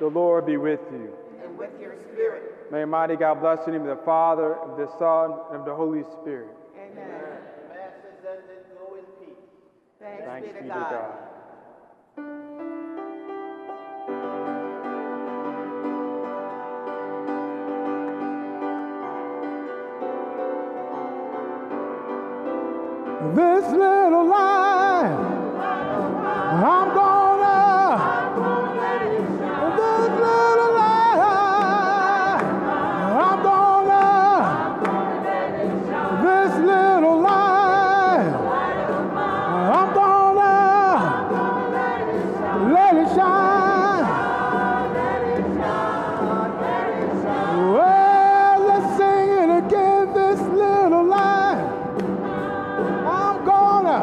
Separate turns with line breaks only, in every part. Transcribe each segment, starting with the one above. The Lord be with you.
and with your spirit.
May Almighty God bless you in the name of the Father, of the Son, and of the Holy Spirit.
Masses and then go in peace.
Thanks
Thanks
be to God.
this little light. I'm gonna this little light. I'm gonna this little light. I'm gonna let it shine. Well, let's sing it again. This little light. I'm gonna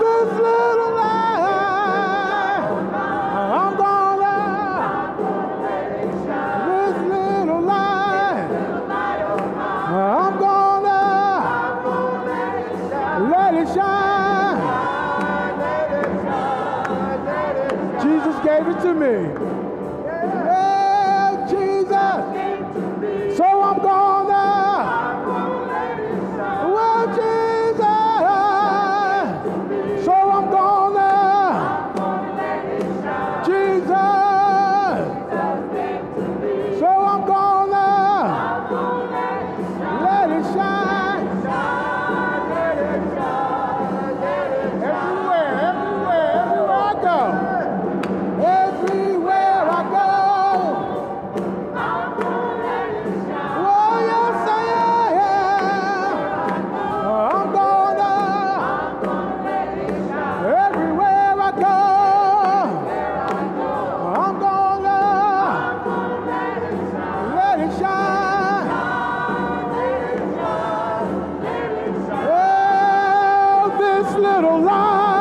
this little light. I'm gonna this little light. I'm gonna let it shine. Jesus gave it to me. Yeah, Jesus. So I'm gonna. Well, Jesus, so I'm gonna. Jesus, so I'm gonna let it shine everywhere, everywhere, everywhere I go. Everywhere I go. Well, yes, I am. I'm gonna everywhere I go. I'm gonna let it shine. Oh, this little light.